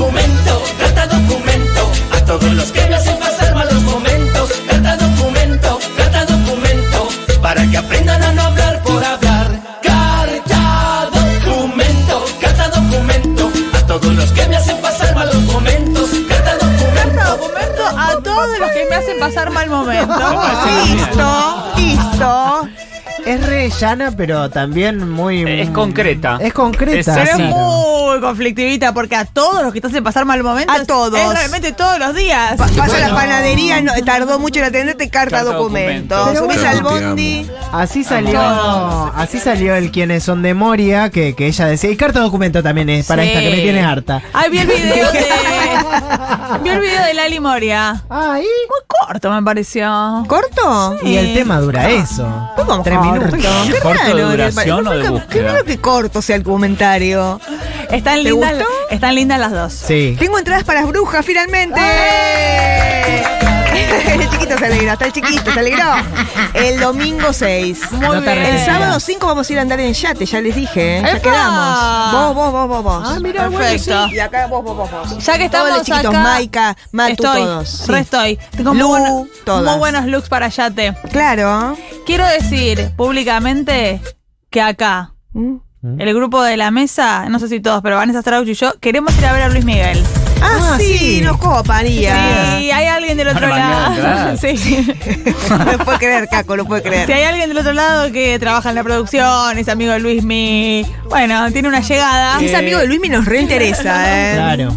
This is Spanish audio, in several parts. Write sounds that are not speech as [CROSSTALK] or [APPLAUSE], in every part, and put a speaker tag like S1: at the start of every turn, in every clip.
S1: documento, carta documento, a todos los que me hacen pasar malos momentos, carta documento, carta documento, para que aprendan a no hablar por hablar. Carta documento, carta documento, a todos los que me hacen pasar malos momentos, carta documento.
S2: Documento a todos los que me hacen pasar mal
S3: [LAUGHS]
S2: momento.
S4: parece
S2: Listo, listo.
S5: Es re llana, pero también muy.
S4: Es
S3: mm,
S4: concreta.
S5: Es concreta.
S4: Es
S2: Pero es
S4: así.
S5: claro.
S2: muy conflictivita porque a todos los que te hacen pasar mal momento.
S3: A
S2: es-
S3: todos.
S2: Es realmente todos los días.
S3: Vas a la panadería, no- tardó mucho en atenderte, carta,
S4: Carta
S3: documento.
S4: documento.
S3: Subís
S5: Pero
S3: al
S6: bueno.
S3: bondi.
S5: Así salió, así salió el quienes son de Moria, que, que ella decía, y carta documento también es para
S2: Sí.
S5: esta que me tiene harta.
S2: Ay, vi el video de.
S3: [LAUGHS]
S2: vi el video de Lali Moria.
S5: Ahí.
S2: Muy corto me pareció.
S3: ¿Corto?
S5: Y el tema dura eso.
S3: ¿Cómo
S5: Tres
S3: corto?
S5: minutos.
S3: Qué
S4: ¿Corto de
S3: raro,
S4: duración o de
S3: qué- Qué
S4: búsqueda?
S3: raro que corto sea el comentario.
S2: Están
S3: ¿Te
S2: lindas,
S3: gustó?
S2: están lindas las dos.
S5: Sí.
S3: Tengo entradas para las brujas, finalmente. el [LAUGHS] chiquito se alegra, está el chiquito, se alegró. El domingo 6.
S2: Muy
S5: No te
S2: bien.
S5: arrepientas.
S3: El Este sábado 5 vamos a ir a andar en yate, ya les dije, ¿eh?
S2: ¡Epa!
S3: Ya quedamos. Vos, vos, vos, vos, vos.
S5: Ah, mira, bueno,
S2: Perfecto.
S3: Y acá vos, vos, vos, vos.
S2: Ya que
S3: Todos
S2: estamos
S3: los chiquitos,
S2: acá,
S3: Maika, Matu,
S2: estoy,
S3: todos. Sí.
S2: re estoy. Tengo
S3: Lu,
S2: muy, bueno-
S3: todas.
S2: muy buenos looks para Yate.
S3: Claro.
S2: Quiero decir públicamente que acá,
S3: Mm.
S2: el grupo de la mesa, no sé si todos, pero Vanessa Strauch y yo, queremos ir a ver a Luis Miguel.
S3: Ah,
S5: Ah,
S3: sí,
S5: sí.
S3: nos coparía. [LAUGHS]
S2: Si hay alguien del otro
S4: Ahora
S2: lado.
S4: mañana, claro.
S2: [LAUGHS] Sí, sí.
S3: Lo puede creer, Caco, lo puede creer.
S2: Si hay alguien del otro lado que trabaja en la producción, es amigo de Luis Mi, bueno, tiene una llegada.
S3: Si es amigo de Luismi nos reinteresa, ¿eh? [LAUGHS]
S5: Claro.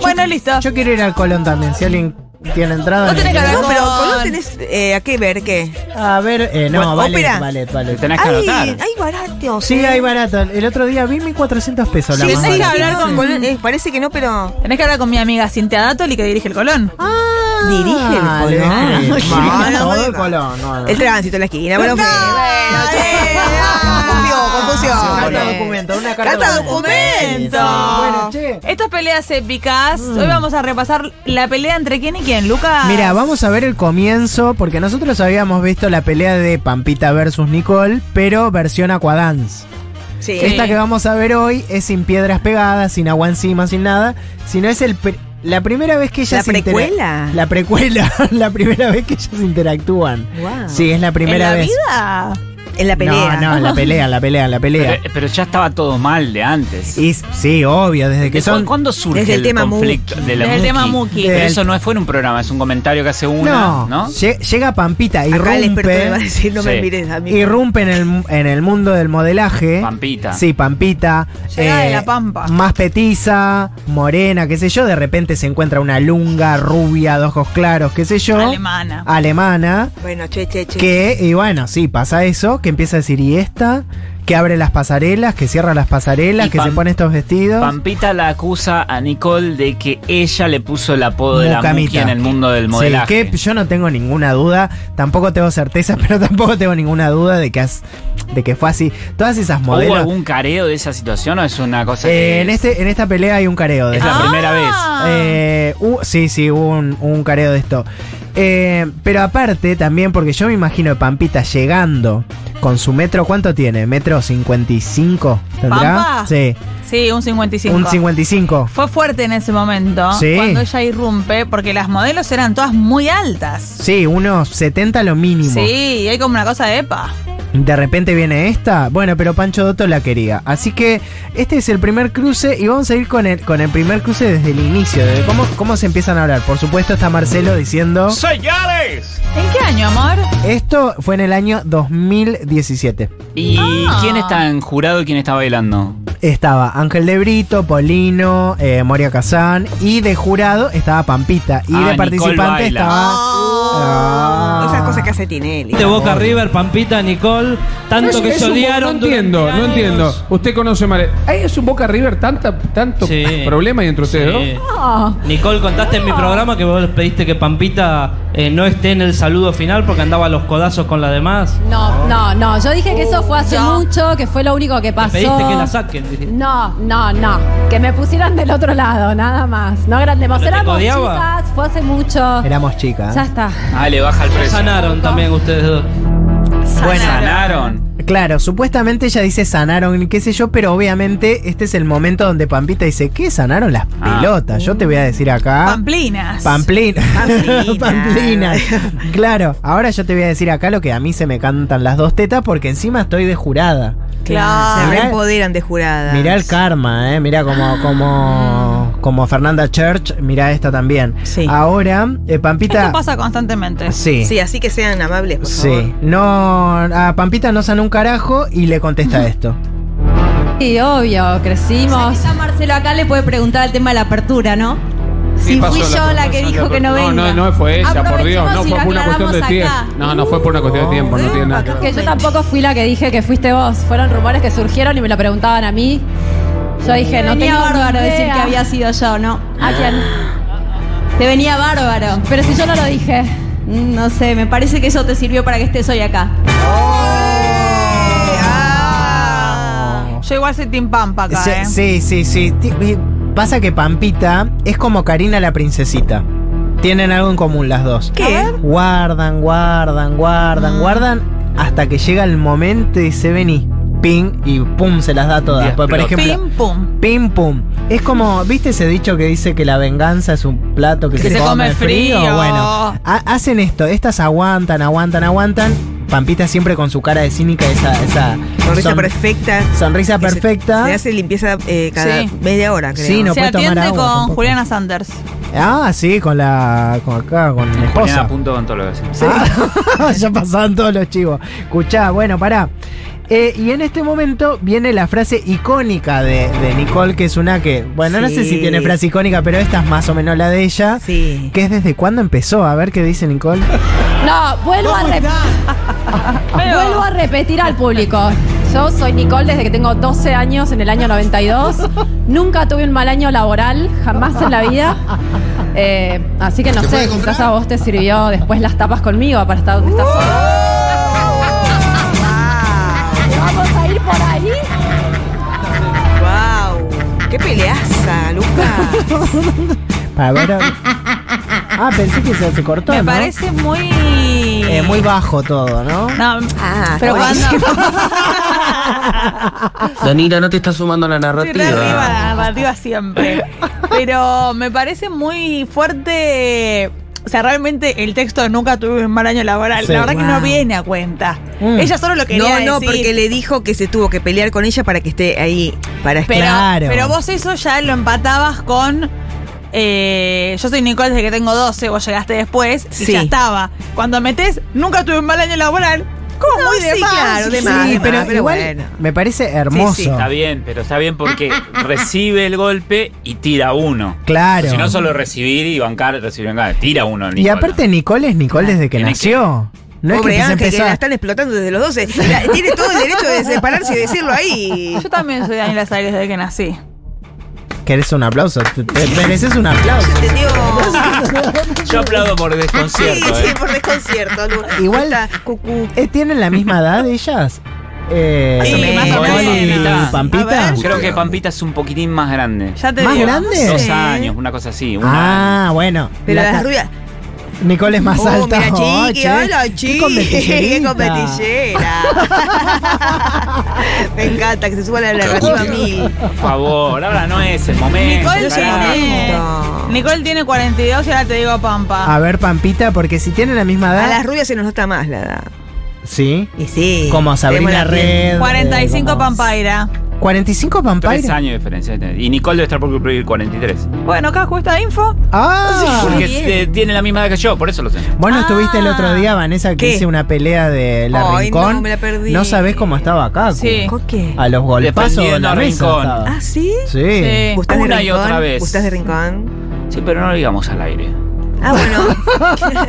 S2: Bueno, listo.
S5: Yo quiero ir al Colón también, si alguien tiene entrada.
S2: Vos tenés que hablar
S3: No, pero
S2: Con-
S3: Colón tenés eh, a qué ver, ¿qué?
S5: A ver, eh, no,
S3: Bueno,
S5: vale,
S3: ópera.
S5: vale,
S4: Te
S5: vale.
S4: tenés que
S3: Ay,
S4: anotar.
S3: ay, barato.
S5: Sí, hay barato. El otro día vi 1400 pesos la
S3: Sí,
S5: más
S3: sí,
S2: hay que
S5: barata.
S2: hablar
S3: sí,
S2: con-
S3: Colón, eh, parece que no, pero.
S2: Tenés que hablar con mi amiga Cintia Datoli, que dirige el Colón.
S5: Ah,
S3: Dirige el Colón.
S5: le-
S3: Dirige
S5: dirige
S3: el
S5: todo el
S3: Colón.
S5: Colón. Ah, no, no.
S3: El tránsito en la esquina, bueno,
S2: No,
S3: bueno, che,
S2: no.
S3: Confusión,
S5: Ah,
S3: confusión.
S5: Carta documento, una carta,
S3: Carta
S2: documento.
S5: Bueno, che.
S2: Estas peleas épicas,
S5: Mm.
S2: hoy vamos a repasar la pelea entre quién y quién, Lucas.
S5: Mira, vamos a ver el comienzo, porque nosotros habíamos visto la pelea de Pampita versus Nicole, pero versión Aquadance.
S3: Sí.
S5: Esta que vamos a ver hoy es sin piedras pegadas, sin agua encima, sin nada, sino es el pr- la primera vez que ellas
S3: ¿La
S5: se intera-
S3: precuela?
S5: La precuela, [LAUGHS] la primera vez que ellas interactúan.
S3: Wow.
S5: Sí, es la
S2: ¿En
S5: primera
S2: la
S5: vez.
S2: vida?
S3: En la pelea.
S5: No, no, la pelea, la pelea, la
S4: [LAUGHS]
S5: pelea.
S4: Pero, pero ya estaba todo mal de antes.
S5: Y, sí, obvio, desde que
S4: ¿De cu-
S5: son
S4: ¿Cuándo surge
S3: Desde el
S4: el,
S3: tema
S4: conflicto?
S3: Muki.
S4: de la
S2: Desde el tema Muki.
S4: Pero
S5: Del-
S4: eso no fue en un programa, es un comentario que hace una, ¿no?
S5: lle- llega Pampita,
S3: Acá el experto me va a
S5: irrumpe,
S3: decir, no me
S4: Sí.
S3: mires a mí.
S5: irrumpe en el, en el mundo del modelaje.
S4: Pampita.
S5: Sí, Pampita. eh,
S2: Llega de la Pampa.
S5: Más petiza, morena, qué sé yo. De repente se encuentra una lunga, rubia, de ojos claros, qué sé yo.
S2: Alemana.
S5: Alemana.
S3: Bueno, che, che, che.
S5: Que, y bueno, sí, pasa eso, que empieza a decir, ¿y esta? Que abre las pasarelas, que cierra las pasarelas,
S4: Y
S5: que se
S4: Pam-
S5: pone estos vestidos.
S4: Pampita la acusa a Nicole de que ella le puso el apodo de la
S5: Mucamita.
S4: Muki en el mundo del
S5: Sí,
S4: modelaje.
S5: que yo no tengo ninguna duda, tampoco tengo certeza, [LAUGHS] pero tampoco tengo ninguna duda de que, has- de que fue así. Todas esas
S4: ¿Hubo
S5: modelos.
S4: algún careo de esa situación o es una cosa
S5: Eh,
S4: que
S5: en,
S4: es-
S5: este, en esta pelea hay un careo de
S4: es
S5: esto.
S4: la primera
S2: Ah.
S4: vez?
S5: Eh, hu- sí, sí, hubo un, un careo de esto. Eh, pero aparte también, porque yo me imagino a Pampita llegando con su metro, ¿cuánto tiene? ¿Metro 55? ¿Tendrá?
S2: ¿Pampa?
S5: Sí,
S2: Sí, un 55.
S5: un 55.
S2: Fue fuerte en ese momento,
S5: Sí.
S2: cuando ella irrumpe, porque las modelos eran todas muy altas.
S5: Sí, unos 70 lo mínimo.
S2: Sí, y hay como una cosa de epa.
S5: De repente viene esta. Bueno, pero Pancho Dotto la quería. Así que este es el primer cruce y vamos a ir con el, con el primer cruce desde el inicio, de cómo, cómo se empiezan a hablar. Por supuesto está Marcelo diciendo...
S4: ¡Señores!
S2: ¿En qué año, amor?
S5: Esto fue en el año 2017.
S4: ¿Y
S2: Ah.
S4: quién está en jurado y quién está bailando?
S5: Estaba Ángel de Brito, Polino, eh, Moria Kazán y de jurado estaba Pampita. Y
S4: Ah,
S5: de
S4: Nicole
S5: participante
S4: baila.
S5: estaba... Ah.
S3: Oh. Esas cosas que hace Tinelli.
S7: De Boca River, Pampita, Nicole, tanto que se
S6: No
S7: odiaron.
S6: entiendo,
S7: durante
S6: no entiendo.
S7: años.
S6: Usted conoce mal. Ahí es un Boca River tanta, tanto
S7: Sí,
S6: problema hay entre ustedes
S7: sí.
S6: dos.
S2: Ah.
S7: Nicole, contaste en mi programa que vos pediste que Pampita eh, no esté en el saludo final porque andaba a los codazos con la demás.
S8: No, no, no. Yo dije que eso fue hace mucho, que fue lo único que pasó.
S7: Pediste que la saquen. dijiste.
S8: No, no, no. Que me pusieran del otro lado, nada más. No agrandemos.
S7: ¿Pero te
S8: Éramos
S7: codeaba?
S8: chicas, fue hace mucho.
S5: Éramos chicas.
S8: Ya está.
S4: Ah, le baja el precio.
S7: Sanaron también ustedes dos.
S4: Sanaron.
S5: Claro, supuestamente ella dice sanaron, qué sé yo, pero obviamente este es el momento donde Pampita dice, ¿qué sanaron las
S4: Ah.
S5: pelotas? Yo te voy a decir acá.
S2: Pamplinas.
S5: Pamplina.
S3: Pamplina.
S5: [LAUGHS] Pamplina. Claro, ahora yo te voy a decir acá lo que a mí se me cantan las dos tetas porque encima estoy de jurada.
S3: Se
S2: Claro.
S5: Mirá-
S3: reempoderan de juradas.
S5: Mirá el karma, eh. Mirá como, como, como Fernanda Church, mirá esta también.
S3: Sí.
S5: Ahora, eh, Pampita.
S2: Esto pasa constantemente.
S5: Sí.
S3: Sí, así que sean amables, por favor.
S5: Sí. No, a Pampita no sanó un carajo y le contesta esto.
S8: Sí, obvio, crecimos.
S9: Está Marcelo acá, le puede preguntar el tema de la apertura, ¿no? Si
S6: pasó
S9: fui
S6: la
S9: yo la que
S6: persona?
S9: dijo que no venga.
S6: No, no, no fue ella, por Dios. No
S9: Aprovechemos y
S6: fue
S9: lo
S6: por una cuestión de
S9: aclaramos
S6: tiempo.
S9: acá.
S6: No, no fue por una cuestión de tiempo, no tiene nada que ver.
S8: Que yo tampoco fui la que dije que fuiste vos. Fueron rumores que surgieron y me lo preguntaban a mí. Yo dije, no
S9: venía
S8: tengo
S9: bárbaro
S8: ni idea.
S9: decir que había sido yo, ¿no?
S8: ¿A quién?
S9: Te venía bárbaro.
S8: Pero si yo no lo dije.
S9: Mm, No sé, me parece que eso te sirvió para que estés hoy acá.
S2: Ah. Yo igual soy Team Pampa acá,
S5: Sí,
S2: ¿eh?
S5: sí, sí, sí. Ti- y Pasa que Pampita es como Karina la princesita. Tienen algo en común las dos.
S3: ¿Qué?
S5: Guardan, guardan, guardan, guardan hasta que llega el momento y se ven y ping y pum se las da todas. Pues,
S4: Y
S5: Por, por
S4: explota.
S5: ejemplo,
S2: Pim, pum.
S5: pim pum. Es como, ¿viste ese dicho que dice que la venganza es un plato que,
S2: Que se come frío.
S5: Bueno, ha- hacen esto, estas aguantan, aguantan, aguantan. Pampita siempre con su cara de cínica, esa, esa
S3: Sonrisa
S5: son-
S3: perfecta.
S5: sonrisa
S3: Que se-
S5: perfecta.
S3: Se, hace limpieza eh, cada
S2: Sí.
S3: media hora, creo.
S5: Sí, no
S2: Se
S5: puede tomar
S2: atiende
S5: agua
S2: con
S5: tampoco.
S2: Juliana Sanders.
S5: Ah, sí, con la. con acá, con mi
S4: Ponían
S5: esposa.
S4: a punto odontólogo, sí.
S5: Ah, [LAUGHS] ya pasaban todos los chivos. Escuchá, bueno, pará. Eh, y en este momento viene la frase icónica de, de Nicole, que es una que. Bueno, no sé
S3: Sí.
S5: si tiene frase icónica, pero esta es más o menos la de ella.
S3: Sí.
S5: Que es desde cuándo empezó. A ver qué dice Nicole.
S8: No, vuelvo a, rep- [LAUGHS] vuelvo a repetir al público. Yo soy Nicole desde que tengo 12 años en el año 92. Nunca tuve un mal año laboral, jamás en la vida. Eh, así que no sé, quizás a vos te sirvió después las tapas conmigo para estar donde estás hoy.
S3: Ah.
S9: Oh.
S8: Vamos a ir por ahí.
S3: ¡Wow! ¡Qué peleaza, Luca!
S5: Para ver. Ah, pensé que se, se cortó.
S2: Me
S5: ¿no?
S2: parece muy.
S5: Eh, muy bajo todo, ¿no?
S2: No,
S3: [LAUGHS] Ah,
S2: pero
S3: está
S2: cuando.
S5: [LAUGHS]
S10: Danila, no te estás sumando a la
S2: Estoy re arriba de la narrativa siempre.
S3: [LAUGHS]
S2: Pero me parece muy fuerte. O sea, realmente el texto de nunca tuve un mal año laboral.
S5: Sí.
S2: la verdad que no
S3: Wow.
S2: viene a cuenta.
S5: Mm.
S2: Ella solo lo
S3: No,
S2: quería
S3: no,
S2: decir.
S3: porque le dijo que se tuvo que pelear con ella para que esté ahí. Para
S2: Pero,
S5: Claro.
S2: pero vos eso ya lo empatabas con. eh, yo soy Nicole desde que tengo 12, vos llegaste después y
S3: Sí.
S2: ya estaba. Cuando metes, nunca tuve un mal año laboral. Como
S3: No,
S2: muy de
S3: sí,
S2: más.
S3: claro, de
S5: Sí,
S3: más, de
S5: pero,
S3: más, pero
S5: igual
S3: bueno.
S5: me parece hermoso.
S3: Sí, sí.
S4: Está bien, pero está bien porque recibe el golpe y tira uno.
S5: Claro.
S4: Si no solo recibir y bancar, recibir y bancar, tira uno.
S5: Y
S4: Nicola.
S5: aparte Nicole es Nicole desde que
S4: Tiene que-
S5: nació. No es
S3: Pobre
S5: que se
S3: Ángel, que
S5: empezó.
S3: la están explotando desde los 12. La- tiene todo el derecho de separarse y decirlo ahí.
S2: Yo también soy Daniela Sales desde que nací.
S5: ¿Querés un aplauso? Te, te mereces un aplauso.
S3: Te digo.
S4: Yo aplaudo por
S3: Sí,
S2: Ah,
S4: desconcierto.
S3: sí,
S4: eh.
S3: por desconcierto, Lu.
S5: Igual-
S3: Está cucú.
S5: Eh, ¿Tienen la misma edad ellas? Eh,
S2: Más o menos. Más o
S5: Nicole y
S4: menos.
S2: A
S5: Pampita.
S2: ver.
S4: Creo que Pampita es un poquitín más grande.
S2: Ya te
S5: ¿Más
S2: digo.
S5: grande?
S4: Dos
S5: Sí.
S4: años, una cosa así. Una,
S5: Ah, bueno.
S3: Pero
S5: La
S3: las
S5: ta-
S3: rubias.
S5: Nicole es más
S3: Oh,
S5: alta.
S3: mira,
S5: Oh,
S3: chiqui,
S5: che,
S3: hola,
S5: qué
S3: chiqui. [LAUGHS] Qué
S5: competillerita.
S3: competillera. Me encanta que se suba la narrativa a mí.
S4: Por favor, ahora no es el
S3: Eh,
S4: momento.
S2: Nicole eh.
S4: carajo.
S2: tiene,
S3: momento.
S2: Nicole tiene 42 y ahora te digo Pampa.
S5: A ver, Pampita, porque si tienen la misma edad.
S3: A las rubias se nos nota más la edad.
S5: Sí.
S3: Y sí.
S5: Como Sabrina
S3: tenemos la piel.
S5: Red. eh,
S2: 45
S5: como-
S2: Pampaira.
S5: 45
S4: Tres
S5: Pampaira.
S4: años de diferencia. este. Y Nicole debe estar por cumplir 43.
S2: Bueno, acá cuesta info.
S5: Ah.
S4: Porque eh, tiene la misma edad que yo, por eso lo sé.
S5: Vos no
S2: Ah.
S5: estuviste el otro día, Vanessa, que
S3: ¿Qué?
S5: hice una pelea de la
S3: Ay,
S5: Rincón.
S3: no, me la perdí.
S5: No sabés cómo estaba acá.
S2: Sí.
S3: ¿Con qué?
S5: A los golpazos de
S4: Defendiendo
S5: la
S4: a
S5: mesa
S4: Rincón.
S5: estaba.
S3: Ah, ¿sí?
S5: Ah, Sí.
S2: Sí.
S3: ¿Gustás de
S4: Una y
S3: Rincón?
S4: otra vez.
S3: ¿Gustás de Rincón?
S4: Sí, pero no lo digamos al aire.
S3: Ah, bueno.
S4: No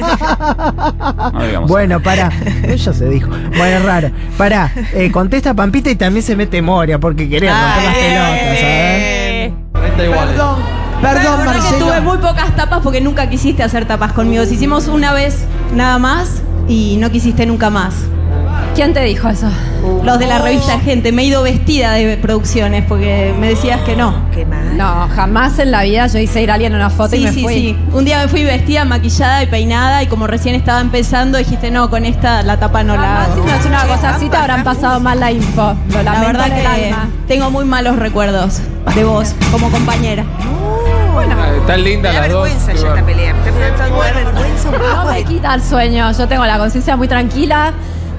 S4: lo
S5: Ah,
S4: digamos
S5: Bueno, para. Ella se dijo. Bueno, raro. Para. contesta Pampita y también se mete Moria porque quería romper las pelotas, ¿sabes?
S2: Eh,
S10: Perdón,
S9: La verdad que tuve muy pocas tapas porque nunca quisiste hacer tapas conmigo. Si hicimos una vez nada más y no quisiste nunca más.
S8: ¿Quién te dijo eso?
S9: Los de la
S8: Oh.
S9: revista Gente. Me he ido vestida de producciones porque me decías que no.
S3: Qué mal.
S8: No, jamás en la vida yo hice ir a alguien una foto y
S9: Sí,
S8: me
S9: sí,
S8: fui.
S9: sí. Un día me fui vestida, maquillada y peinada y como recién estaba empezando dijiste no, con esta la tapa no la
S8: Jamás si
S9: hago.
S8: Ah, no es una cosa así te habrán pasado mal la info. Lo
S9: La
S8: lamento
S9: verdad
S8: en el
S9: que
S8: alma.
S9: tengo muy malos recuerdos de vos como compañera.
S6: Ah, Están
S3: Me
S6: lindas
S3: da
S6: las dos.
S3: vergüenza ya esta pelea. Me da vergüenza.
S8: No me quita el sueño. Yo tengo la conciencia muy tranquila.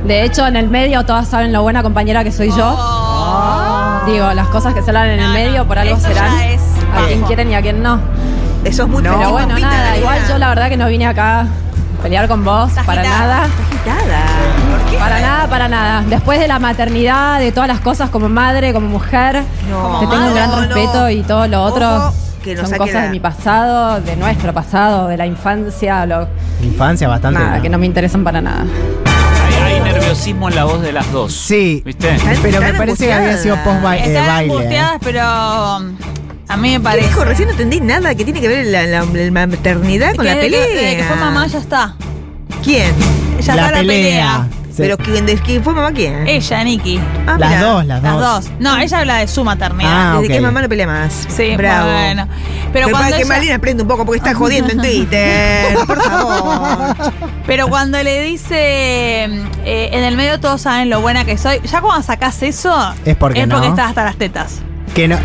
S8: De hecho, en el medio todas saben lo buena compañera que soy yo. Digo, las cosas que se hablan en el medio por algo
S3: Oh. eso
S8: serán.
S3: ya es
S8: A quien quieren y a quien no.
S3: Eso es muy
S8: Pero bueno,
S3: Pampita,
S8: nada.
S3: Adriana.
S8: Igual yo la verdad que no vine acá a pelear con vos.
S3: Estás
S8: Para
S3: agitada,
S8: nada.
S3: estás agitada. ¿Por qué?
S8: Para nada, para nada. Después de la maternidad, de todas las cosas como madre, como mujer,
S3: No.
S8: te tengo
S3: Como
S8: un gran
S3: madre, no,
S8: respeto
S3: no.
S8: y todo lo otro
S3: Ojo, que nos
S8: son
S3: saque
S8: cosas
S3: la-
S8: de mi pasado, de nuestro pasado, de la infancia, lo,
S5: Infancia bastante.
S8: nada, que no me interesan para nada.
S4: Hay, hay nerviosismo en la voz de las dos.
S5: Sí.
S4: ¿Viste?
S5: Pero me
S3: Están
S5: parece que había sido post
S3: angustiadas.
S5: ba- eh,
S2: Están
S5: baile.
S2: angustiadas,
S5: eh.
S2: pero um, a mí me
S3: ¿Qué
S2: parece.
S3: dijo? Recién no entendí nada que tiene que ver la, la- la maternidad con
S2: Que
S3: la
S2: desde que-
S3: pelea.
S2: desde que fue mamá ya está.
S3: ¿Quién?
S2: Ya
S5: La
S2: está la pelea.
S5: pelea. Sí.
S3: Pero ¿quién, de- quién fue mamá quién?
S2: Ella, Nikki.
S3: Ah,
S5: Las
S3: mirá.
S5: dos, las
S2: Las
S5: dos.
S2: dos. No, ella habla de su maternidad.
S5: Ah,
S3: Desde
S5: ok.
S3: que es mamá no pelea más.
S2: Sí, pues,
S3: Bravo.
S2: bueno. Pero,
S3: Pero, para
S2: cuando
S3: que
S2: ella-
S3: Malena aprenda un poco porque
S5: Ah.
S3: está jodiendo en Twitter.
S5: [LAUGHS]
S3: Por favor.
S2: pero cuando le dice eh, en el medio todos saben lo buena que soy, ya cuando sacás eso,
S5: Es porque no.
S2: estás hasta las tetas.
S5: Que no.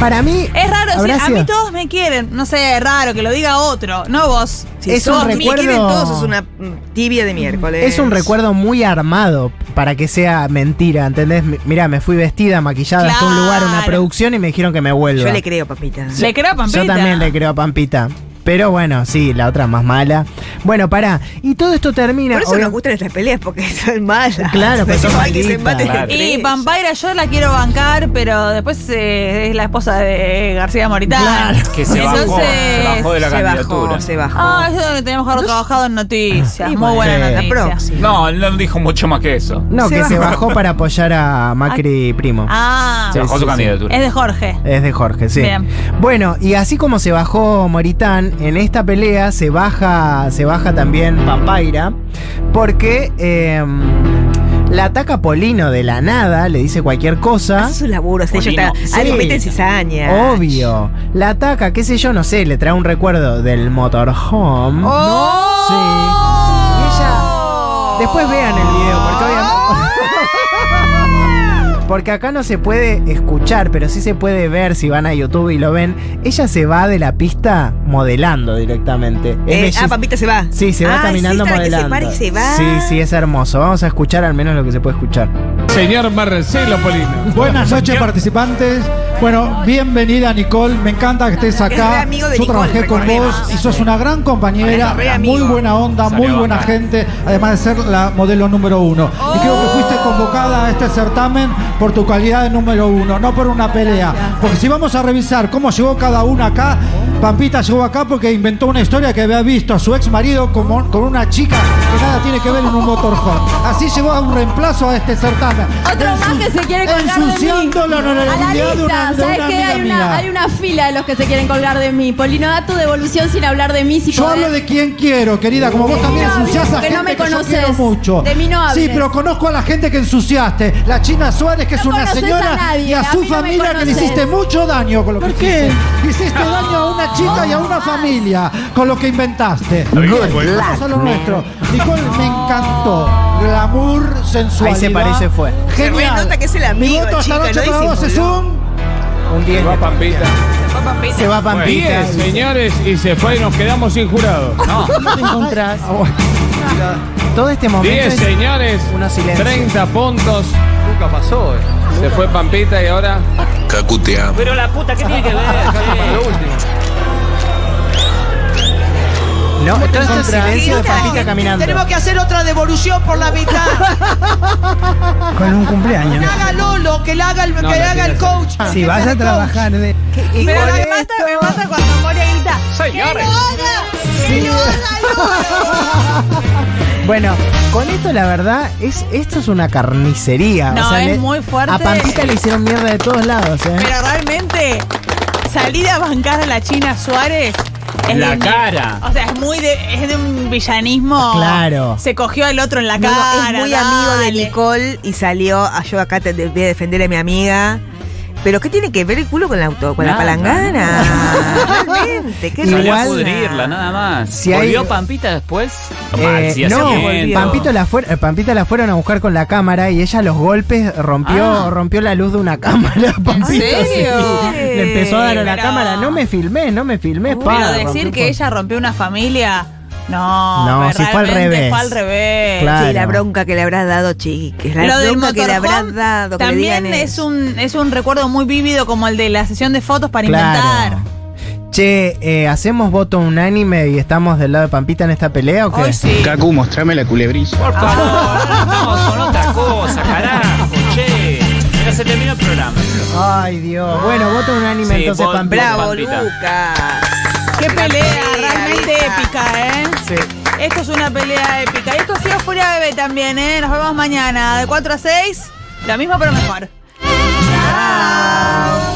S5: Para mí.
S2: Es raro, decir,
S5: habrá
S2: a mí
S5: sido-
S2: todos me quieren. No sé, es raro que lo diga otro, no vos.
S3: Si
S5: Es un
S3: sos- me
S5: recuerdo-
S3: quieren todos, es una mm, tibia de miércoles.
S5: Es un recuerdo muy armado para que sea mentira, ¿entendés? Mi- Mirá, me fui vestida, maquillada, hasta un lugar, una
S2: Claro.
S5: producción y me dijeron que me vuelva.
S3: Yo le creo, papita.
S2: Le creo a Pampita.
S5: Yo también le creo a Pampita. Pero bueno, sí, la otra más mala. Bueno, pará. Y todo esto termina.
S3: Por eso
S5: obvio-
S3: nos gustan estas peleas, porque son malas. [LAUGHS]
S5: Claro, pues son
S3: No hay que se
S5: malditas.
S3: maten
S4: Claro.
S3: entre
S2: Y
S3: ellas.
S2: Pampaira yo la quiero bancar, pero después eh, es la esposa de García Moritán.
S5: Claro.
S4: Que se bajó, se bajó de la
S3: se
S4: candidatura.
S3: bajó, se bajó.
S2: Ah, eso es lo que teníamos que haber trabajado en noticias.
S5: Y
S2: Muy buena
S5: bueno, la
S2: noticia.
S3: la próxima.
S4: No, él no dijo mucho más que eso.
S5: No,
S3: Se
S5: que se
S3: bajó.
S5: bajó para apoyar a Macri primo.
S2: Ah,
S4: Se bajó
S5: sí,
S4: su
S5: sí.
S4: candidatura.
S2: es de Jorge.
S5: Es de Jorge, sí.
S2: Bien.
S5: Bueno, y así como se bajó Moritán, en esta pelea se baja, se baja también Pampaira, porque eh, la ataca Polino de la nada, le dice cualquier cosa.
S3: Hace su laburo, así
S4: Polino,
S3: ellos están. Algo
S5: Ah. sí.
S3: meten cizaña.
S5: Obvio. La ataca, qué sé yo, no sé, le trae un recuerdo del motorhome.
S3: ¡Oh!
S5: Sí. Y ella. Después vean el video, porque obviamente. [LAUGHS] Porque acá no se puede escuchar, pero sí se puede ver si van a YouTube y lo ven. Ella se va de la pista modelando directamente. Es
S3: Eh, ah,
S5: belleza-
S3: Pampita se va.
S5: Sí, se va
S3: Ah,
S5: caminando
S3: sí, está la
S5: modelando.
S3: Que se para y se
S5: Sí,
S3: va.
S5: sí, es hermoso. Vamos a escuchar al menos lo que se puede escuchar.
S6: Señor Marcelo Polino.
S11: Buenas noches participantes. Bueno, bienvenida Nicole, me encanta que estés
S3: Es re
S11: acá.
S3: amigo de
S11: Yo
S3: Nicole,
S11: trabajé con
S3: recordemos.
S11: vos y sos una gran
S3: Es
S11: compañera,
S3: re amigo.
S11: muy buena onda,
S4: Salió
S11: muy buena
S4: acá.
S11: gente, además de ser la modelo número uno. Y creo que fuiste convocada a este certamen por tu calidad de número uno, no por una pelea. Porque si vamos a revisar cómo llegó cada una acá, Pampita llegó acá porque inventó una historia que había visto a su ex marido como- con una chica que nada tiene que ver en un motorhome. Así llegó a un reemplazo a este certamen.
S8: Otro más que se quiere colgar de mí.
S11: Ensuciando la
S8: A la
S11: honorabilidad de una,
S8: lista,
S11: de
S8: ¿sabes
S11: una
S8: qué?
S11: amiga
S8: Hay
S11: mía.
S8: una, hay una fila de los que se quieren colgar de mí. Polino, da tu devolución sin hablar de mí. Si
S11: Yo
S8: podés.
S11: hablo de quien quiero, querida, como
S8: De
S11: vos
S8: mí
S11: también
S8: no
S11: ensuciás a
S8: hables, porque
S11: gente
S8: no me
S11: que yo
S8: conoces.
S11: quiero mucho.
S8: De mí no hables.
S11: Sí, pero conozco a la gente que ensuciaste. La China Suárez, que es
S8: No
S11: una
S8: conoces
S11: señora,
S8: a nadie,
S11: y a
S8: a
S11: su
S8: mí no me
S11: familia que le
S8: conoces.
S11: hiciste mucho daño con lo que ¿Por qué? Hiciste Hiciste daño a una chica y a una
S8: Ah.
S11: familia con lo que inventaste. Vamos a lo nuestro. Nicole, me encantó. Glamour, sensualidad.
S5: Ahí se parece fue.
S3: Se
S11: Genial.
S3: renota que es el
S11: Mi
S3: amigo,
S11: voto esta
S3: chica,
S11: noche
S3: no
S11: para vos es
S3: disimuló.
S11: un...
S5: Un
S6: Se
S5: 10.
S6: va Pampita.
S5: Se va Pampita.
S6: Diez, señores, y se fue y nos quedamos sin jurado.
S4: No,
S5: ¿Cómo te encontrás? Ah, Todo este momento.
S6: 10
S5: es-
S6: señores,
S5: Unos silencios.
S6: 30 puntos. Nunca pasó. eh. Se fue Pampita y ahora.
S10: Cacutea.
S4: pero la puta, ¿qué tiene que ver?
S6: Para [LAUGHS] lo último.
S5: No, todo este
S3: encontrás?
S5: silencio de
S3: Querida,
S5: Pampita caminando.
S1: Tenemos que hacer otra devolución por
S6: [LAUGHS]
S1: la mitad.
S5: Con un cumpleaños.
S1: Que haga Lolo, que la haga el,
S6: No,
S1: que
S6: no
S1: haga el
S6: tiene
S1: coach.
S5: Si vas a trabajar de.
S3: Y
S2: Pero
S3: con
S2: me
S3: esto-
S2: mata, me mata cuando Moria grita.
S4: Señores.
S5: Bueno, con esto la verdad, es, esto es una carnicería.
S2: No, es muy fuerte.
S5: A Pampita le hicieron mierda de todos lados, ¿eh?
S2: Pero realmente, salir a bancar a la China Suárez Es
S4: la
S2: de un-
S4: cara.
S2: O sea, es muy de, es de un villanismo.
S5: Claro.
S2: Se cogió al otro en la
S3: Amigo,
S2: cara.
S3: es muy
S2: dale.
S3: amigo de Nicole y salió a yo acá te, te voy a defender a mi amiga. Pero ¿qué tiene que ver el culo con el auto, con la
S4: Nada,
S3: palangana? Realmente,
S4: [LAUGHS]
S3: qué
S4: Salió a
S3: vergüenza.
S4: pudrirla, nada más.
S5: Si hay-
S4: ¿Volvió Pampita después? Mal,
S5: Eh,
S4: sí, hace
S5: no,
S4: tiempo.
S5: Pampito la fuer- eh, Pampita la fueron a buscar con la cámara y ella los golpes rompió,
S4: Ah.
S5: rompió la luz de una [LAUGHS] cámara. Pampito,
S2: serio?
S5: sí. Le empezó a dar a la
S2: Pero-
S5: cámara, no me filmé, no me filmé. pa,
S2: Pero
S5: rompió
S2: decir
S5: por-
S2: que ella rompió una familia. No,
S5: No,
S2: pero
S5: si fue al
S2: realmente
S5: revés.
S2: Fue al revés.
S5: Claro.
S3: Sí, la bronca que le habrás dado, chiques. La
S2: Lo del
S3: bronca que le
S2: motorhome
S3: habrás dado. que le
S2: También
S3: digan
S2: es
S3: eso.
S2: un, es un recuerdo muy vívido como el de la sesión de fotos para
S5: Claro.
S2: inventar.
S5: Che, eh, ¿hacemos voto unánime y estamos del lado de Pampita en esta pelea o qué?
S2: Hoy sí.
S12: Cacu, mostrame la culebrilla.
S4: Por favor,
S5: [LAUGHS]
S4: estamos con otra cosa, carajo, che. Ya se terminó el programa.
S5: Ay, Dios. Bueno, voto unánime
S4: Sí,
S5: entonces,
S4: voto
S5: Pampita.
S4: Bravo, Pampita.
S2: Qué pelea, realmente épica, ¿eh? Esto es una pelea épica. Y esto ha sido Furia Bebé también, ¿eh? Nos vemos mañana de 4 a 6. La misma pero mejor. Chao.